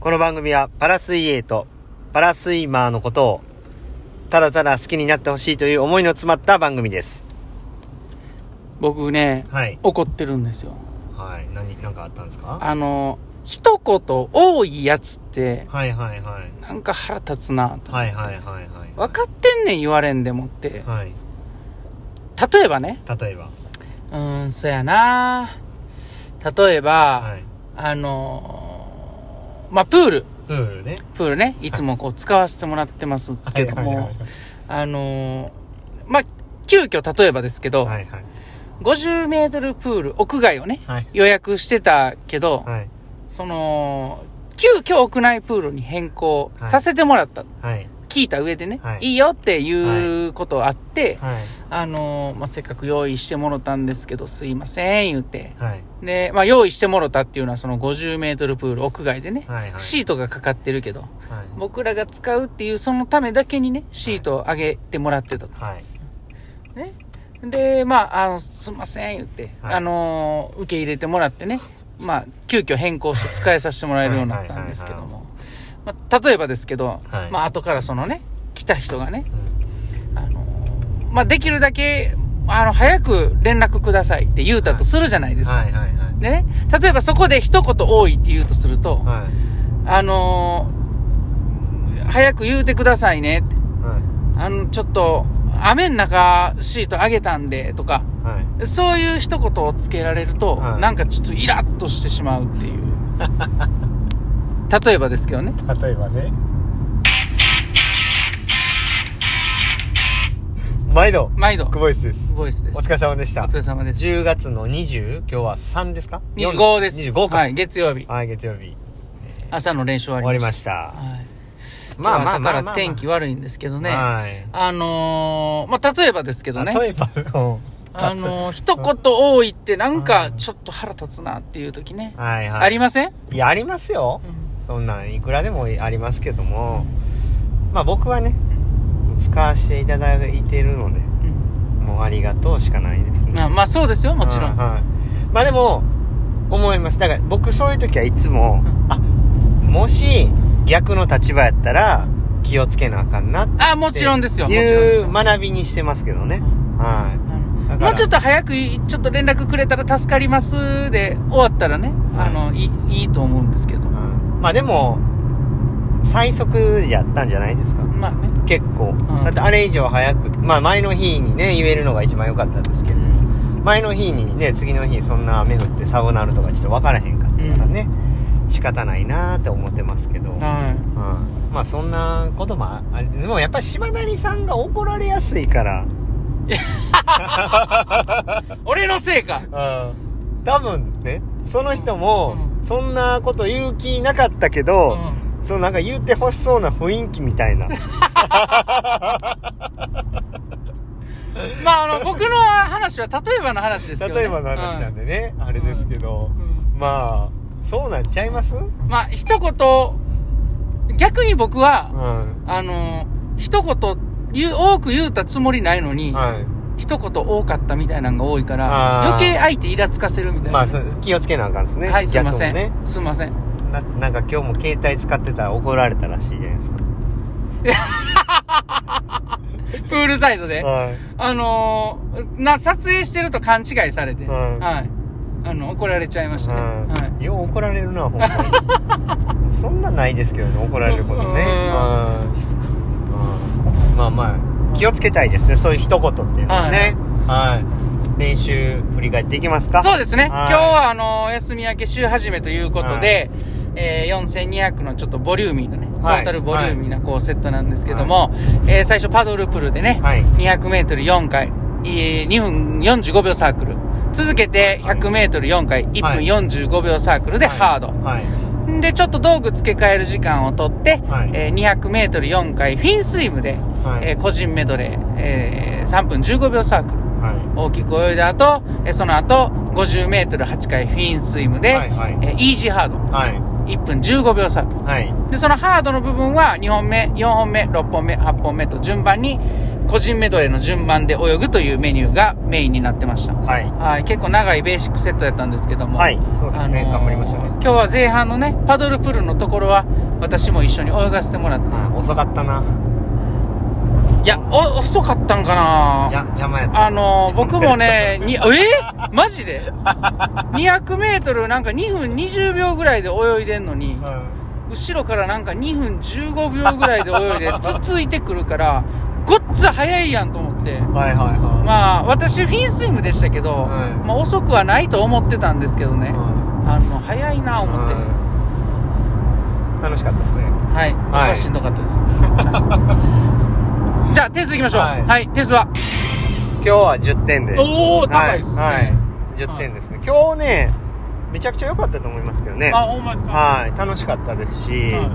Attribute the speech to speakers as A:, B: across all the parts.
A: この番組はパラ水泳とパラスイマーのことをただただ好きになってほしいという思いの詰まった番組です。
B: 僕ね、
A: はい。
B: 怒ってるんですよ。
A: はい。何、何かあったんですか
B: あの、一言多いやつって、
A: はいはいはい。
B: なんか腹立つなと。
A: はいはいはいはい。
B: 分かってんねん言われんでもって。
A: はい。
B: 例えばね、
A: 例えば。
B: うーん、そやな例えば、
A: はい。
B: あのーまあ、プール。
A: プールね。
B: プールね、いつもこう使わせてもらってますけども、
A: はいはい
B: あのーまあ、急遽例えばですけど、
A: はいはい。
B: 50メートルプール屋外をね、
A: はい。
B: 予約してたけど、
A: はい。
B: その、急遽屋内プールに変更させてもらった。
A: はい。
B: 聞いた上でね、
A: はい
B: い、いよっていうことあって、
A: はい。
B: あのーまあ、せっかく用意してもろたんですけど、すいません、言うて。
A: はい。
B: で、まあ、用意してもろたっていうのは、その50メートルプール屋外でね、
A: はいはい。
B: シートがかかってるけど、
A: はい。
B: 僕らが使うっていうそのためだけにね、シートを上げてもらってたと。
A: はい。
B: で、まあ、あの、すいません、言って、
A: はい
B: あのー受け入れてもらってね、まあ、急遽変更して使いさせてもらえるようになったんですけども、まあ、例えばですけど、
A: はい
B: まあ、後からそのね、来た人がね、
A: うん
B: あのーまあ、できるだけ、あの、早く連絡くださいって言うたとするじゃないですか。
A: はいはいはい。
B: でね、例えばそこで一言多いって言うとすると、
A: はい。
B: あのー早く言うてくださいねって、
A: は
B: あの、ちょっと、雨ん中シート上げたんで、とか、
A: い。はい。
B: そういう一言をつけられると、
A: はい
B: なんかちょっとイラッとしてしまうっていう。 例えばですけどね。
A: 例えばね毎度
B: 毎度、
A: 久保井です
B: ボイスです。
A: お疲れ様でし
B: お
A: た
B: 疲れ様です。
A: 10月の20今日は3ですか
B: 25です。
A: 25か
B: は、
A: はいい、
B: 月曜日。
A: 月曜日
B: 朝の練習終
A: 終
B: わ
A: わ
B: り
A: り
B: ま
A: ま
B: し
A: した
B: た。はい
A: まあまあ
B: 朝
A: ま
B: か
A: あまあ
B: ら天気悪いんですけどね。
A: はい
B: あのー、まあ、例えばですけどね。
A: 例えばうん
B: あのー、一言多いってなんかちょっと腹立つなっていう時ね。
A: はいはい
B: ありません、
A: いやありますよそんなんいくらでもありますけどもまあ僕はね使わせていただいてるので
B: うん
A: もうありがとうしかないですね
B: まあ、まあそうですよ、もちろん。
A: はいはいまあでも思いますだから僕そういう時はいつも、
B: う
A: あもし逆の立場やったら気をつけなあかんなって
B: あ、もちろんですよ、もちろんで
A: い
B: す
A: う
B: よ。
A: 学びにしてますけどね、は
B: あ
A: だ
B: の
A: から
B: もうちょっと早くい、ちょっと連絡くれたら助かりますで終わったらね、
A: はい
B: あの、いい、いいと思うんですけど
A: い、。まあでも最速やったんじゃないですか
B: まあね。
A: 結構、
B: ん
A: だってあれ以上早くまあ前の日にね言えるのが一番良かったんですけど前の日にね次の日そんな雨降ってサウナるとかちょっと分からへんかったからね、仕方ないなーって思ってますけど、
B: は
A: うんまあそんなこともああでもやっぱり島谷さんが怒られやすいから、
B: い。俺のせいか。
A: 多分ねその人も
B: う
A: そんなこと言う気なかったけど、
B: うん
A: そのなんか言ってほしそうな雰囲気みたいな
B: まあ、あの、僕の話は例えばの話ですけど、ね。
A: 例えばの話なんでね、あれですけど
B: う、ん。うん
A: まあそうなっちゃいます、うん、
B: まあ、一言、逆に僕は、
A: は
B: あの、一言言う、多く言うたつもりないのに、
A: い
B: 一言多かったみたいなのが多いか
A: あ
B: ら、
A: ー
B: 余計相手イラつかせるみたいな。
A: まあそう気をつけなあかんですね、
B: はい、すいません。
A: 逆もね
B: すいません。
A: ななんか今日も携帯使ってたら怒られたらしいじゃないですか
B: プールサイドで。
A: はい
B: あのー、な、撮影してると勘違いされて、
A: はい
B: はい。あの、怒られちゃいましたね。は
A: よう怒られるなほん まにそんなないですけどね怒られることね
B: うん
A: はいまあまあ気をつけたいですねそういう一言っていうのはねはい練習振り返っていきますか
B: い。そうですね。今
A: はい
B: 日は、あのー、お休み明け週始めということで、えー4200のちょっとボリューミーなね、ト
A: はい
B: ータルボリューミーなこうセットなんですけども、えー最初パドルプルでね、
A: はい
B: 200メートル4回、えー2分45秒サークル。続けて
A: はい
B: 100メートル4回、1
A: は
B: 分
A: い
B: 45秒サークルでハード。
A: はい
B: で、ちょっと道具付け替える時間をとって、
A: はい
B: えー200メートル4回フィンスイムで、
A: はい
B: えー個人メドレー、えー3分15秒サークル
A: は
B: 大きく泳いだ後、えーその後50メートル8回フィンスイムで、
A: はいはい
B: えーイージーハード
A: いはい
B: 1分15秒サーク
A: はい
B: ルでそのハードの部分は2本目4本目6本目8本目と順番に、個人メドレーの順番で泳ぐというメニューがメインになってました。
A: はい
B: はい、結構長いベーシックセットやったんですけども。
A: はいそうですね
B: あのー
A: 頑張りましたね
B: 今日は前半のね、パドルプールのところは、私も一緒に泳がせてもらって。
A: あ遅かったない
B: や、お、遅かったんか
A: じゃ
B: な
A: 邪魔やった
B: あの ー僕もね、に、えーマジで ?200 メートルなんか2分20秒ぐらいで泳いでんのに、
A: うん
B: 後ろからなんか2分15秒ぐらいで泳い で、つついてくるから、ごっつ早いやんと思って。
A: はいはいはい
B: まあ、私フィンスイングでしたけど、
A: はい
B: まあ遅くはないと思ってたんですけどね。あの、早いなぁ思って。
A: うん楽しかったですね
B: はい。僕
A: はい
B: はしんど かったです。じゃあ、点数いきましょう。
A: は
B: はいい、点数は。
A: 今日は10点で
B: おー、高いっすね。
A: はいはい10点ですね今日ねめちゃくちゃ良かったと思いますけどね
B: あ、ほんまですか。
A: はい楽しかったですし、
B: は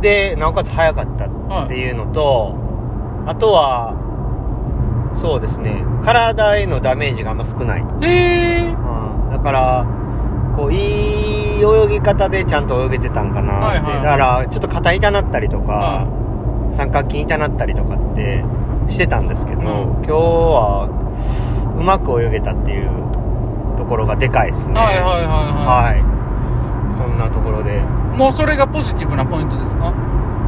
A: でなおかつ早かったっていうのと、あとはそうですね体へのダメージがあんま少ない、
B: いえ
A: うんだからこういい泳ぎ方でちゃんと泳げてたんかなって、
B: はいはい
A: だからちょっと肩痛なったりとか、三角筋痛なったりとかってしてたんですけど、
B: うん
A: 今日はうまく泳げたっていうところがでかいです
B: ー、
A: ね
B: はいはいはいは
A: はいそんなところで
B: い。もうそれがポジティブなポイントですか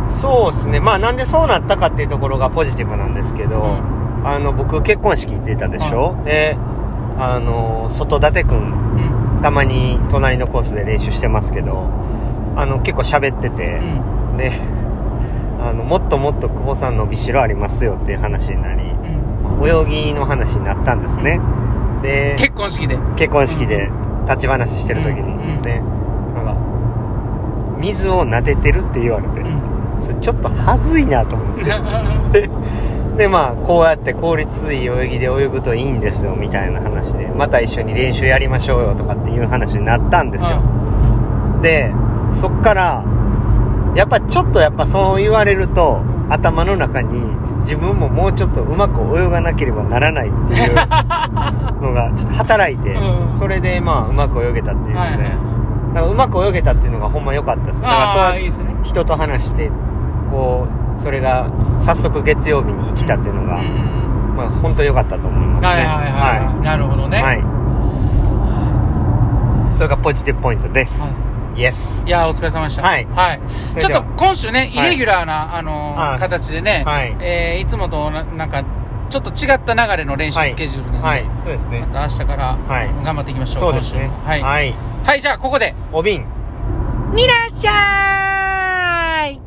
A: そうですねまあなんでそうなったかっていうところがポジティブなんですけど、
B: うん
A: あの僕結婚式行ってたでしょ、であの外舘くん
B: うん。
A: たまに隣のコースで練習してますけどあの結構喋って
B: う
A: て、
B: ん。
A: であのもっともっと久保さん伸びしろありますよっていう話になり
B: うん。
A: 泳ぎの話になったんですね、で
B: 結婚式で。
A: 結婚式で立ち話してる時に、
B: うんうん
A: ねなんか水を撫でてるって言われて、
B: うん。
A: それちょっと恥ずいなと思ってでまあこうやって効率いい泳ぎで泳ぐといいんですよみたいな話でまた一緒に練習やりましょうよとかっていう話になったんですよ、でそっからやっぱちょっとやっぱそう言われると頭の中に自分ももうちょっとうまく泳がなければならないって いうのがちょっと働いて、
B: うん
A: それでまあうまく泳げたっていうので、
B: はいはいは
A: だからうまく泳げたっていうのがほんま良かったです
B: い。
A: だからそうや
B: あ
A: っ
B: あ、
A: て
B: いいですね。
A: 人と話してこうそれが早速月曜日に生きたっていうのが、
B: うん
A: まあ本当良かったと思いますね
B: はいはいはいはい。なるほど
A: は
B: ね。
A: いはいそれがポジティブポイントです、イエス
B: いやーお疲れ様でした。
A: はい
B: ち
A: それ
B: ょっ
A: では
B: と今週ね、イ
A: はい
B: レギュラーな、あのー
A: あー
B: 形でね、
A: はい
B: えーいつもとななんか、ちょっと違った流れの練習スケジュールなんで、
A: はいそうですね
B: また明日から、
A: はい
B: 頑張っていきましょう、
A: そうですね
B: 今週もはい。はい、
A: はい、
B: じゃあここで、
A: おびん
B: いらっしゃ ーい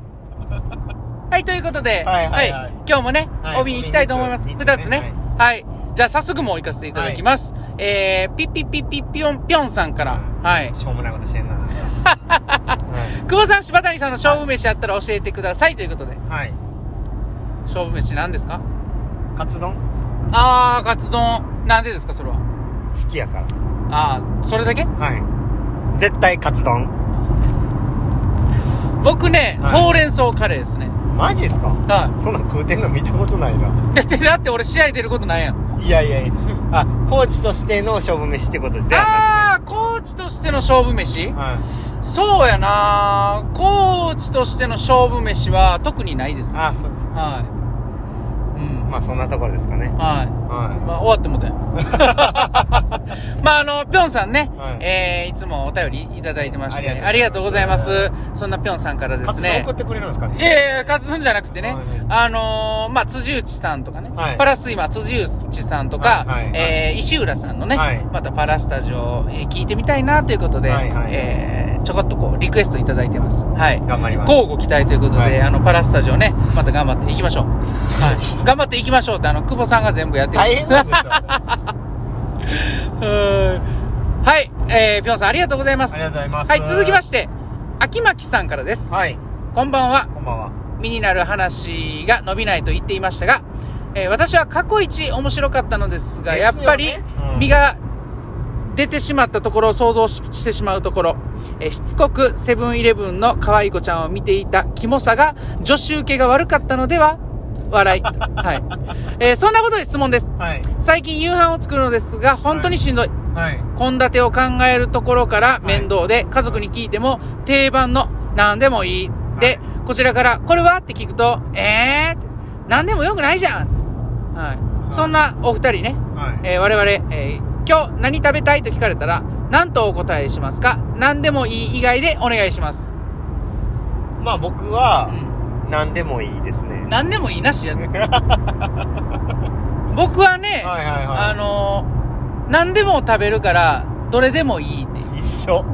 B: はい、ということで、
A: はいはいはい
B: 今日もね、
A: はい
B: おびに行きたいと思います。
A: おびに
B: 二
A: 行き
B: つね。
A: はい
B: はい。じゃあ早速もう行かせていただきます。えー、ピッピッピッピッピョンピョンさんから、はい。
A: しょうもないことしてんなは
B: 久保さん、柴谷さんの勝負飯あったら教えてくださいということで。
A: い、はい、
B: 勝負飯何ですか
A: カツ丼
B: あー、カツ丼。なんでですか、それは。
A: 好きやか
B: あー、それだけ
A: らはい絶対カツ丼
B: 僕ね、
A: はい
B: ほうれん草カレーですね。
A: マジっすか
B: は。
A: そんなん食うてんの見たことないない
B: だって、だって俺試合出ることないやん。
A: いやいやいやあコーチとしての勝負飯ってことでは
B: あー、コーチとしての勝負飯
A: なくて
B: そうやなコーチとしての勝負飯は特にないです。
A: うん、
B: は
A: あそうです
B: い。うん。
A: まあそんなところですかね
B: はい。
A: は
B: まあ、終わって もうたよ。まあ、あの、ぴょんさんね、
A: はい
B: えーいつもお便りいただいてまして、
A: はい
B: ありがとうございます。そんなぴょんさんから
A: い
B: で
A: カ
B: す
A: ツ丼
B: ね
A: 送っ。てくれるんですか
B: い
A: ね
B: やいや、カツ丼じゃなくてね、
A: はい
B: あのーまあ、辻内さんとかね、
A: はい
B: パラス今、辻内さんとか、
A: はいはい
B: えー石浦さんのね、
A: はい
B: またパラスタジオ、えー聞いてみたいなということで、
A: はいはい
B: えーちょこっとこう、リクエストいただいてます。はい。
A: 頑張ります
B: 交互期待ということで、
A: はい
B: あの、パラスタジオね、また頑張っていきましょう。はい。 頑張っていきましょうって、あの、久保さんが全部やって
A: 大変なんですよ
B: はい、えー、ぴょんさんありがとうございます。
A: ありがとうございます
B: はい、続きま
A: て
B: して、秋巻さんからです。
A: はい
B: こんばんは。
A: こんばんは
B: 身になる話が伸びないと言っていましたが、えー私は過去一面白かったのですが、
A: です
B: や
A: よ
B: っ
A: ね
B: ぱり
A: うん
B: 身が出てしまったところを想像ししてしまうところ、えーしつこくセブンイレブンの可愛い子ちゃんを見ていたキモさが女子受けが悪かったのでは笑い。はい。えーそんなことで質問です。
A: はい
B: 最近夕飯を作るのですが、本当にしんどい。
A: はい
B: 献立を考えるところから面倒で、家族に聞いても定番の何でもいい。
A: は
B: で
A: い、
B: こちらから、これはって聞くと、えーって何でもよくないじゃん。はい。そんなお二人ね、
A: はい。
B: えー我々、えー今日何食べたいと聞かれたら、何とお答えしますか何でもいい以外でお願いします。
A: まあ僕
B: う
A: は、
B: ん。
A: 何でもいいですね。
B: 何でもいいなしや。 僕はね、
A: はいはいはい。
B: あ、のー何でも食べるから、どれでもいいっていう。
A: 一 緒。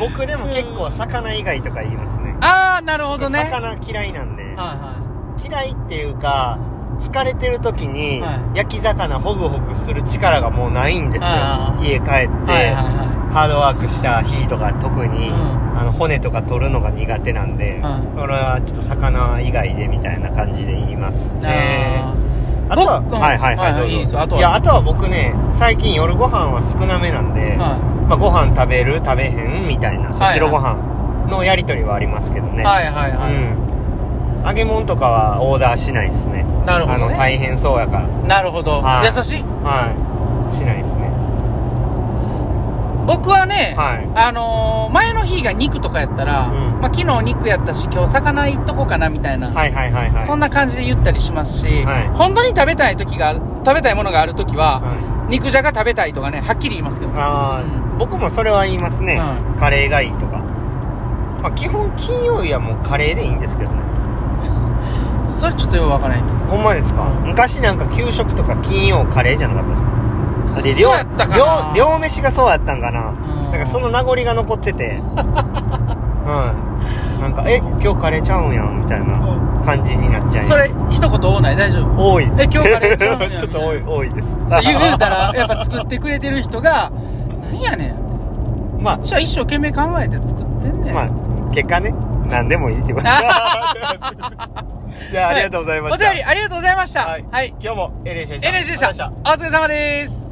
A: 僕でも結構魚以外とか言いますね。
B: あー、なるほどね。はい
A: 魚嫌いなんで、
B: は
A: 嫌いっていうか、疲れてる時に
B: は
A: 焼き魚ほぐほぐする力がもうないんですよ
B: あ。ー
A: 家帰って、
B: い。はいはいは
A: ハードワークした日とか特に、
B: うん
A: あの骨とか取るのが苦手なんで、
B: うん
A: それはちょっと魚以外でみたいな感じで言います
B: い。
A: ね。
B: あー
A: あとは、
B: 僕
A: はいはいはい、
B: はい
A: ど
B: はい
A: うぞ
B: いいですよあとはい
A: や、あとは僕ね、最近夜ご飯は少なめなんで、
B: は
A: まあご飯食べる、食べへんみたいな、そう
B: はいはい
A: 白ご飯のやりとりはありますけど
B: い
A: ね。
B: はいはいは
A: うん。揚げ物とかはオーダーしないですね。
B: い。なるほ
A: あ
B: ど
A: の、
B: ね。
A: 大変そうやから。
B: なるほど
A: は。い
B: 優しい。
A: はい。しないですね。
B: 僕はね、
A: はい
B: あのー前の日が肉とかやったら、
A: うん
B: まあ、昨日肉やったし、今日魚いっとこうかなみたいな、
A: はいはいはいはい。
B: そんな感じで言ったりしますし、
A: はい
B: 本当に食べたい時が、食べたいものがある時は、
A: はい
B: 肉じゃが食べたいとかね、はっきり言いますけど、ね、
A: あー僕もそれは言いますね、
B: う
A: カレーがいいとか、まあ、基本金曜日はもうカレーでいいんですけどね
B: それちょっとよくわからないけど
A: ほんまですか、
B: うん
A: 昔なんか給食とか金曜カレーじゃなかったですかあれ
B: そうやったかな
A: 両両飯がそうやったんかな、
B: ん
A: なんかその名残が残って てはいなんかえ今日カレーちゃうんやんみたいな感じになっちゃい
B: それ、一言多ない、大丈夫。
A: 多い
B: え今日カレーちゃうんや ん
A: ちょっと多い多いです
B: そう言う言うたら、やっぱ作ってくれてる人が、なんやねん。
A: まあ
B: じゃあ一生懸命考えて作ってんねん。
A: まあ結果ね何でもいいって こと いやありがとうございま
B: お
A: した、
B: 便りありがとうございました。
A: はい
B: はい
A: 今日も LH でした
B: NG でした。お疲れ様です。